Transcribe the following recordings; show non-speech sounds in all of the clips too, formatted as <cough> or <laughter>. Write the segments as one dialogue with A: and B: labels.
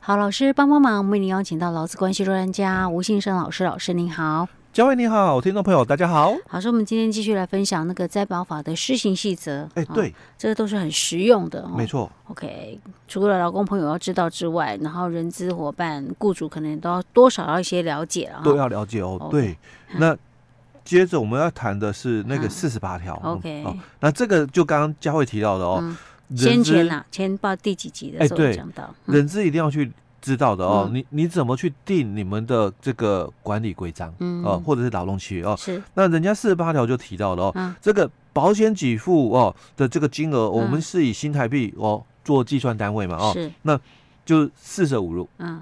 A: 好，老师帮帮忙，我们为您邀请到劳资关系专家吴信生老师，老师您好。
B: 嘉惠你好，听众朋友大家好。
A: 老师，我们今天继续来分享那个灾保法的施行细则。
B: 哎、
A: 哦，
B: 对，
A: 这个都是很实用的、哦。
B: 没错，
A: OK，除了劳工朋友要知道之外，然后人资伙伴、雇主可能都要多少要一些了解了哈。
B: 都要了解哦。
A: OK <laughs>
B: 对，那接着我们要谈的是那个
A: 嗯
B: 四十八条。嗯
A: OK
B: 哦，那这个就刚刚嘉惠提到的哦，
A: 嗯先
B: 人
A: 前
B: 资
A: 呐、前报第几集的
B: 哎
A: 时候有
B: 对
A: 讲到，嗯
B: 人资一定要去知道的哦。
A: 嗯
B: 你你怎么去定你们的这个管理规章
A: 嗯
B: 哦，或者是劳动契约哦？
A: 是
B: 那人家四十八条就提到了哦，
A: 嗯
B: 这个保险给付哦的这个金额，我
A: 嗯
B: 们是以新台币哦做计算单位嘛哦，
A: 是
B: 就四舍五入。
A: 嗯，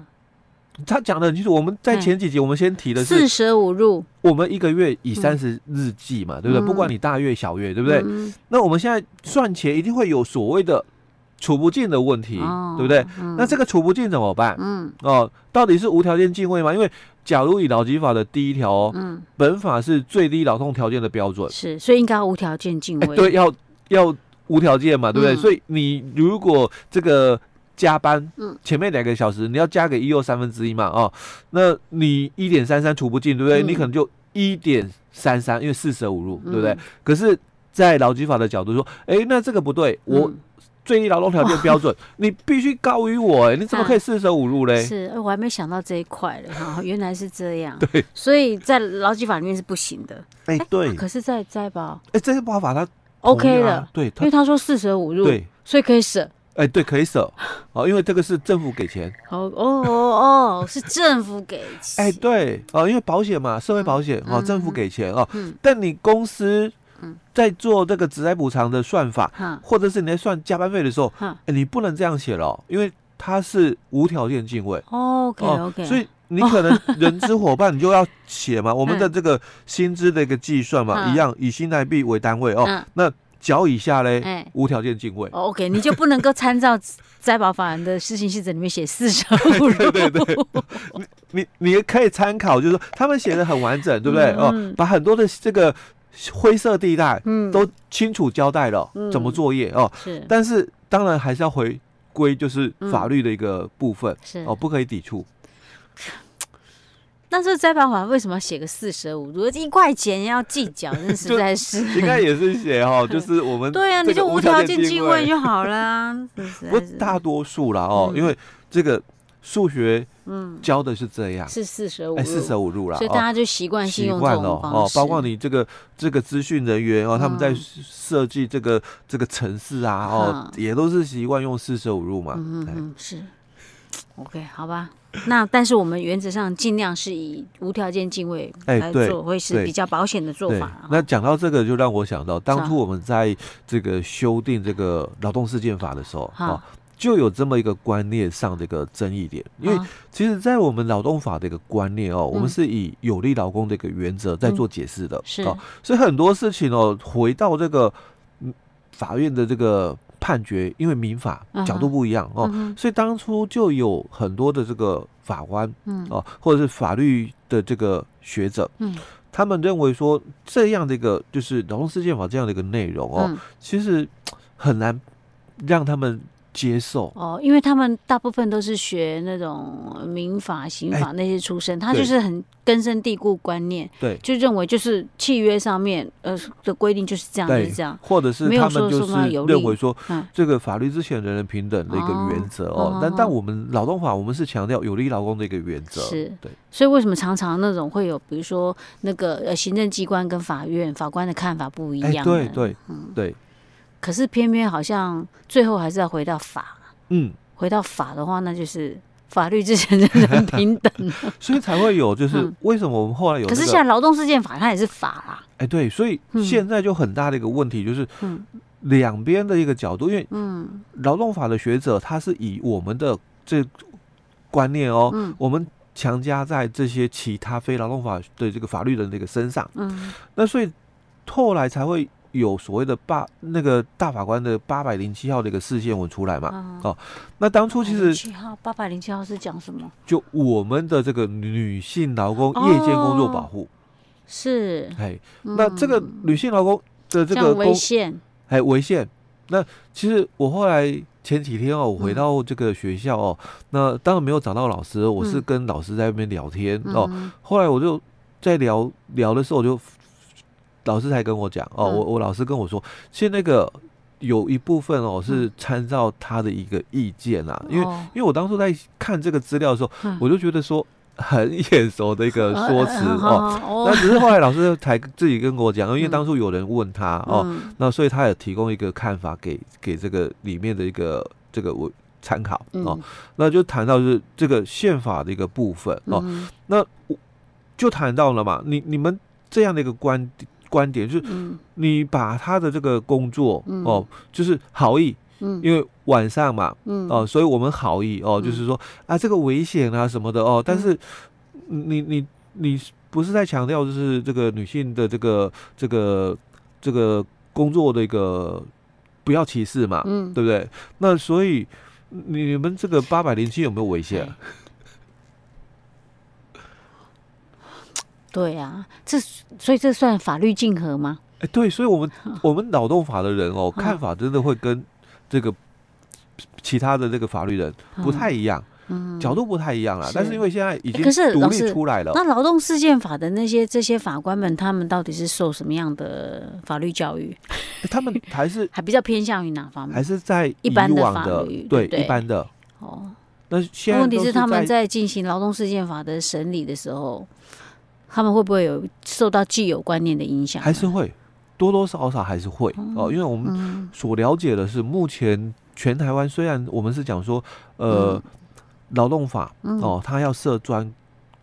B: 他讲的很清楚，我们在
A: 哎
B: 前几集我们先提的是
A: 四舍五入，
B: 我们一个月以
A: 嗯
B: 三十日计嘛，对不对？
A: 嗯
B: 不管你大月小月，
A: 对
B: 对不对？
A: 嗯、
B: 那我们现在算钱一定会有所谓的处不进的问题，
A: 哦
B: 对不对？？
A: 嗯
B: 那这个处不进怎么办？
A: 嗯
B: 哦，到底是无条件进位吗？因为假如以劳基法的第一条哦，
A: 嗯
B: 本法是最低劳动条件的标准，
A: 是，所以应该要无条件敬
B: 哦哎
A: 畏。
B: 对，要要无条件嘛，对不对？
A: 嗯
B: 所以你如果这个加班，
A: 嗯
B: 前面两个小时你要加个一又三分之一嘛，哦，那你一点三三除不进，对不对？
A: 嗯
B: 你可能就一点三三，因为四舍五入，
A: 嗯
B: 对不对？可是，在劳基法的角度说，哎，那这个不对，我
A: 嗯哦
B: 最低劳动条件标准，你必须高于我，哎，你怎么可以四舍五入嘞？
A: 嗯是，哎我还没想到这一块嘞哈，原来是这
B: <laughs>
A: 样。对，所以在劳基法里面是不行的，
B: 哎，对，
A: 可是在在吧
B: 哎，这些办法它同
A: OK
B: 意啊
A: 的，
B: 对，
A: 因
B: 它
A: 为他说四舍五入，
B: 对，
A: 所以可以省。
B: 哎，对，可以舍，哦，因为这个是政府给钱。
A: 哦哦哦哦，是政府给钱。
B: 哎、对哦，因为保险嘛，社会保险哦，政府
A: 嗯
B: 给钱哦，
A: 嗯
B: 但你公司
A: 嗯
B: 在做这个职灾补偿的算法，
A: 哈
B: 或者是你在算加班费的时候，
A: 哈
B: 哎你不能这样写了哦、因为它是无条件进位
A: ，OK
B: 哦
A: OK，
B: 所以你可能人资伙伴你就要写嘛，我们的
A: 嗯
B: 这个薪资的一个计算嘛，
A: 嗯
B: 一样以新台币为单位哦，
A: 嗯
B: 那脚以下嘞、
A: 哎
B: 无条件进位。
A: 哦 OK，你就不能够参
B: <laughs>
A: 照灾保法人的施行细则里面写四舍五入。
B: 对对对，
A: <laughs>
B: 你你也可以参考，就是说他们写的很完整，对不对？
A: 嗯
B: 哦，把很多的这个灰色地带
A: 嗯，
B: 都清楚交代了
A: 嗯
B: 怎么作业哦。
A: 是
B: 但是当然还是要回归就是法律的一个部分
A: 嗯是
B: 哦，。不可以抵触。
A: 那这摘板法为什么要写个四舍五入？一块钱要计较，那实在是。
B: 应该也是写
A: <laughs>
B: 哦，就是我们
A: 对啊，
B: 这
A: 你
B: 个
A: 就
B: 无
A: 无
B: 条
A: 条
B: 件
A: 件
B: 敬
A: 敬
B: 畏
A: 畏就好了
B: <laughs>
A: 啊。是实
B: 不
A: 在是
B: 大多数啦哦，
A: 嗯
B: 因为这个数学
A: 嗯
B: 教的是这样，
A: 是四舍五
B: 哎，
A: 入，
B: 四舍五入啦
A: 所以大
B: 哦。
A: 家就习惯性
B: 习
A: 用这
B: 惯
A: 种
B: 了
A: 方
B: 哦，
A: 式。
B: 包括你这个这个资讯人员哦，他们在
A: 嗯
B: 设计这个这个城市啊哦，
A: 嗯
B: 也都是习惯用四舍五入嘛。
A: 嗯
B: 哎
A: 嗯嗯，是。OK，好吧。那但是我们原则上尽量是以无条件敬畏
B: 哎
A: 来
B: 对
A: 做，会是
B: 对
A: 比较保险的做
B: 对
A: 法啊啦，。
B: 那讲到这个，就让我想到
A: 是
B: 当
A: 啊
B: 初我们在这个修订这个劳动事件法的时候
A: 哈
B: 啊，就有这么一个观念上的一个争议点，因为
A: 啊
B: 其实，在我们劳动法的一个观念哦，我
A: 嗯
B: 们是以有利劳工的一个原则在做解释的、
A: 是
B: 哦，所以很多事情哦，回到这个嗯法院的这个判决，因为民法
A: 嗯哼
B: 角度不一样哦，
A: 嗯哼
B: 所以当初就有很多的这个法官
A: 嗯
B: 哦，或者是法律的这个学者，
A: 嗯
B: 他们认为说这样的一个就是劳动事件法这样的一个内容哦，
A: 嗯
B: 其实很难让他们接受。
A: 哦，因为他们大部分都是学那种民法、刑法那些出身，他就
B: 哎对
A: 是很根深蒂固观念，
B: 对
A: 就认为就是契约上面呃的规定就是这样，就
B: 对
A: 是这样，
B: 或者是
A: 没有
B: 他
A: 说
B: 们就
A: 说嘛
B: 是
A: 有
B: 认
A: 利
B: 为说
A: 嗯，
B: 这个法律之前人人平等的一个原则
A: 哦
B: 哦
A: 哦，
B: 但
A: 哦
B: 但我们劳动法我们是强调有利劳工的一个原则，
A: 是
B: 对，
A: 所以为什么常常那种会有，比如说那个呃行政机关跟法院法官的看法不一
B: 哎，
A: 样、嗯
B: 对，对对，
A: 可是偏偏好像最后还是要回到法，
B: 嗯，
A: 回到法的话，那就是法律之前人人平
B: <laughs>
A: 等。
B: 所以才会有就是
A: 嗯
B: 为什么我们后来有
A: 可是
B: 这
A: 现在
B: 个
A: 劳动事件法它也是法啊
B: <laughs>
A: 啦，
B: 哎，对，所以
A: 嗯
B: 现在就很大的一个问题就是
A: 嗯
B: 两边的一个角度，因为
A: 嗯
B: 劳动法的学者他是以我们的这观念哦，
A: 嗯
B: 我们强加在这些其他非劳动法的这个法律人的一个身上。
A: 嗯
B: 那所以后来才会有所谓的八那个大法官的八百零七号的一个释宪文出来嘛。
A: 啊
B: 哦那当初其实
A: 七号八百零七号是讲什么？
B: 就我们的这个女性劳工
A: 哦
B: 夜间工作保护，
A: 是
B: 哎、那这个
A: 嗯
B: 女性劳工的这
A: 这
B: 个
A: 样
B: 工
A: 违宪
B: 哎违宪，那其实我后来前几天哦，
A: 嗯
B: 我回到这个学校哦，那当然没有找到老师，我是
A: 嗯
B: 跟老师在那边聊天、
A: 嗯
B: 哦。
A: 哼
B: 后来我就在聊聊的时候，我就老师才跟我讲哦，
A: 嗯
B: 我我老师跟我说，现在那个有一部分哦是
A: 嗯
B: 参照他的一个意见啊，因为
A: 哦
B: 因为我当初在看这个资料的时候，
A: 嗯
B: 我就觉得说很眼熟的一个
A: 呃
B: 说辞
A: 呃
B: 哦。
A: <laughs> 好好
B: 那只是后来老师才自己跟我讲，因为
A: 嗯
B: 当初有人问他哦，
A: 嗯
B: 那所以他也提供一个看法给给这个里面的一个这个我参考哦。
A: 嗯
B: 那就谈到就是这个宪法的一个部分哦，
A: 嗯
B: 那我就谈到了嘛，你你们这样的一个观观点，就是
A: 嗯
B: 你把他的这个工作、
A: 嗯
B: 哦，就是好意，
A: 嗯
B: 因为晚上嘛
A: 嗯
B: 哦，所以我们好意哦，
A: 嗯
B: 就是说啊这个危险啊什么的哦，但是你你你不是在强调就是这个女性的这个这个这个工作的一个不要歧视嘛，
A: 嗯
B: 对不对？那所以你你们这个八百零七有没有违宪啊？
A: 对啊，这所以这算法律竞合吗？
B: 哎，对，所以我们
A: <laughs>
B: 我们脑洞法的人哦，
A: 嗯
B: 看法真的会跟这个其他的这个法律人不
A: 嗯
B: 太一样，
A: 嗯
B: 角度不太一样啦。但
A: 是哎
B: 是因为现在已经
A: 可是
B: 独
A: 老
B: 立
A: 师
B: 出来了，
A: 那劳动事件法的那些这些法官们，他们到底是受什么样的法律教育？
B: 哎他们还是
A: 还比较偏向于哪方面
B: 还？是在
A: 嗯一
B: 以
A: 般的
B: 往
A: 法
B: 的
A: 律对
B: 对
A: 不
B: 一
A: 对
B: 般的。
A: 哦，
B: 那
A: 那
B: 现在
A: 问题
B: 都
A: 是他们
B: 在
A: 在进行劳动事件法的审理的时候，他们会不会有受到既有观念的影响呢？
B: 还是会多多少少还是会哦，因为我们
A: 啊嗯
B: 所了解的是，目前全台湾虽然我们是讲说呃劳动法
A: 嗯
B: 哦，它要设专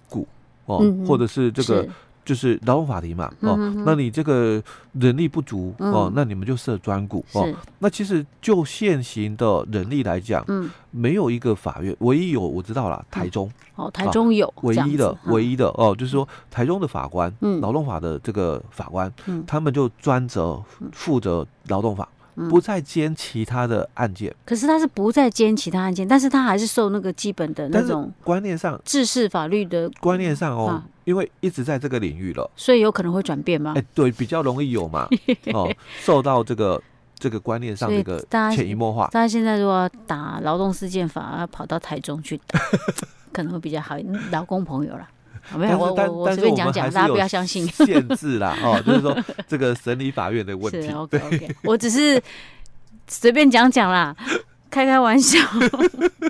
B: 股哦
A: 嗯，
B: 或者是这个
A: 是
B: 就是劳动法庭嘛，
A: 嗯
B: 哦，
A: 哼哼
B: 那你这个人力不足、哦
A: 嗯，
B: 那你们就设专股哦。
A: 是
B: 那其实就现行的人力来讲，
A: 嗯
B: 没有一个法院，唯一有我知道啦，台中、
A: 哦，台中有
B: 啊唯一的、唯
A: 一
B: 一的哦，就是说台中的法官，
A: 嗯
B: 劳动法的这个法官，
A: 嗯
B: 他们就专责负责劳动法，
A: 嗯
B: 不。再兼其他的案件。
A: 可是他是不再兼其他案件，但是他还是受那个基本的那
B: 但是
A: 种
B: 观念上，
A: 制式法律的，
B: 观念上哦，
A: 啊
B: 因为一直在这个领域了，
A: 所以有可能会转变吗
B: 哎、？对，比较容易有
A: <laughs>
B: 嘛哦，受到这个这个观念
A: 所
B: 上的
A: 以
B: 一个
A: 大家
B: 潜移默化。
A: 大家现在如果要打劳动事件法，要跑到台中去 <laughs> 打，可能会比较好。嗯劳工朋友啦，好没
B: 但
A: 有
B: 是
A: 我
B: 但
A: 我我
B: 但
A: 随
B: 是
A: 便讲
B: 我们
A: 讲，
B: 还是
A: 大家不
B: 有
A: 要相信。
B: 限制啦，
A: <laughs>
B: 哦，就是说这个审理法院的问
A: 是
B: <laughs> 题。
A: OK OK，我只是随便讲讲啦， <laughs> 开开玩笑。 <laughs>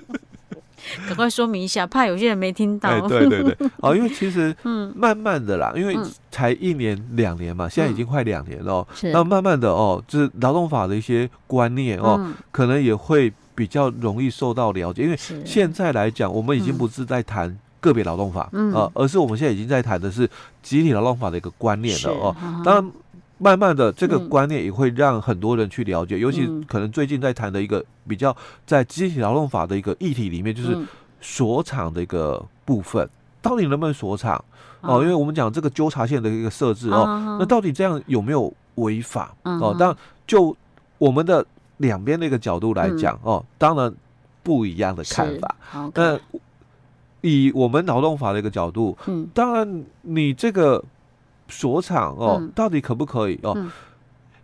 A: 赶快说明一下，怕有些人没听到。
B: 哎，对对对，哦，因为其实
A: <laughs> 嗯，
B: 慢慢的啦，因为
A: 嗯
B: 才一年两年嘛，现在已经快两年了哦，
A: 是
B: 那慢慢的哦，就是劳动法的一些观念哦，
A: 嗯
B: 可能也会比较容易受到了解，因为
A: 是
B: 现在来讲，我们已经
A: 嗯
B: 不是在谈个别劳动法，
A: 嗯
B: 呃，而是我们现在已经在谈的是集体劳动法的一个观念
A: 是嗯
B: 了哦，
A: 哈哈
B: 当然，慢慢的这个
A: 嗯
B: 观念也会让很多人去了解，尤其
A: 嗯
B: 可能最近在谈的一个比较在集体劳动法的一个议题里面，就是
A: 嗯
B: 锁厂的一个部分，到底能不能锁厂？
A: 啊
B: 哦，因为我们讲这个纠察线的一个设置哦，
A: 啊
B: 那到底这样有没有违法？
A: 嗯
B: 哦
A: 哼，
B: 当然就我们的两边的一个角度来讲哦，当然不一样的看
A: 嗯是
B: 法。
A: 好
B: 那以我们劳动法的一个角度，
A: 嗯
B: 当然，你这个锁厂哦，
A: 嗯
B: 到底可不可以哦？
A: 嗯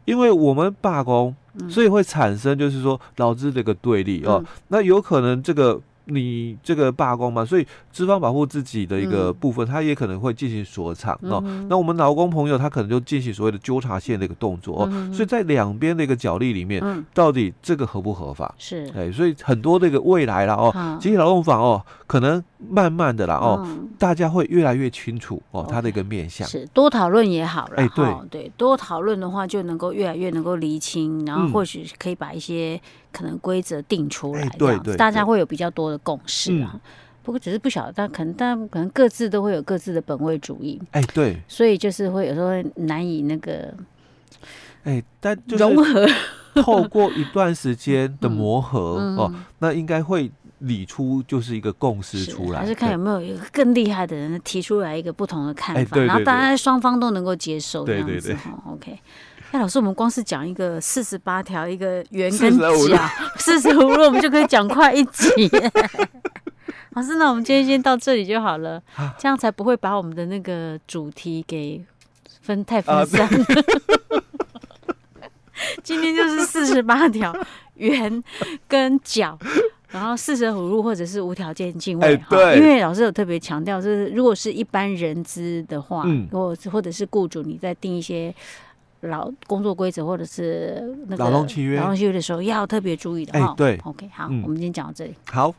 B: 因为我们罢工，
A: 嗯
B: 所以会产生就是说劳资的一个对立哦。
A: 嗯
B: 那有可能这个你这个罢工嘛，所以资方保护自己的一个
A: 嗯
B: 部分，他也可能会进行锁厂哦。
A: 嗯
B: 那我们劳工朋友他可能就进行所谓的纠察线的一个动作哦。
A: 嗯
B: 所以在两边的一个角力里面，
A: 嗯
B: 到底这个合不合法？
A: 是
B: 哎，所以很多这个未来啦哦，
A: 哦
B: 集体劳动法哦，可能慢慢的啦哦，大家会越来越清楚哦，它的一个面向。
A: 嗯是多讨论也好了，
B: 哎对
A: 齁对，多讨论的话就能够越来越能够厘清，然后
B: 嗯
A: 或许可以把一些可能规则定出来，
B: 哎
A: 这
B: 对
A: 样子
B: 对
A: 大家
B: 对
A: 会有比较多的共识
B: 嗯
A: 啊。不过只是不晓得，但可能但可能各自都会有各自的本位主义，
B: 哎，对，
A: 所以就是会有时候会难以那个
B: 哎，但就 <laughs>
A: 融
B: 是
A: 合。
B: 透过一段时间的
A: 嗯
B: 磨合
A: 嗯
B: 哦，那应该会理出就是一个共识
A: 是
B: 出来。
A: 还是看有没有一个更厉害的人提出来一个不同的看法，
B: 哎对
A: 然后
B: 对
A: 大
B: 对
A: 家双方都能够接受这
B: 对
A: 样
B: 对
A: 子
B: 对
A: 哈。OK，哎，老师，我们光是讲一个四十八条，一个圆跟
B: 45路
A: 角， <laughs> 四十五路，我们就可以讲快一集。 <laughs> 老师，那我们今天先到这里就好了，
B: 啊
A: 这样才不会把我们的那个主题给分太分 <laughs>
B: 啊
A: 散了。今天就是四十八条，圆跟角， <laughs> 然后四舍五入或者是无条件进位
B: 哎
A: 哈。
B: 对
A: 因为老师有特别强调，就是如果是一般人资的话，
B: 嗯
A: 或或者是雇主你在定一些劳工作规则或者是那个
B: 劳动契约
A: 劳动契约的时候，要特别注意的
B: 哎
A: 哈。
B: 对
A: ，OK，好，
B: 嗯
A: 我们今天讲到这里。
B: 好，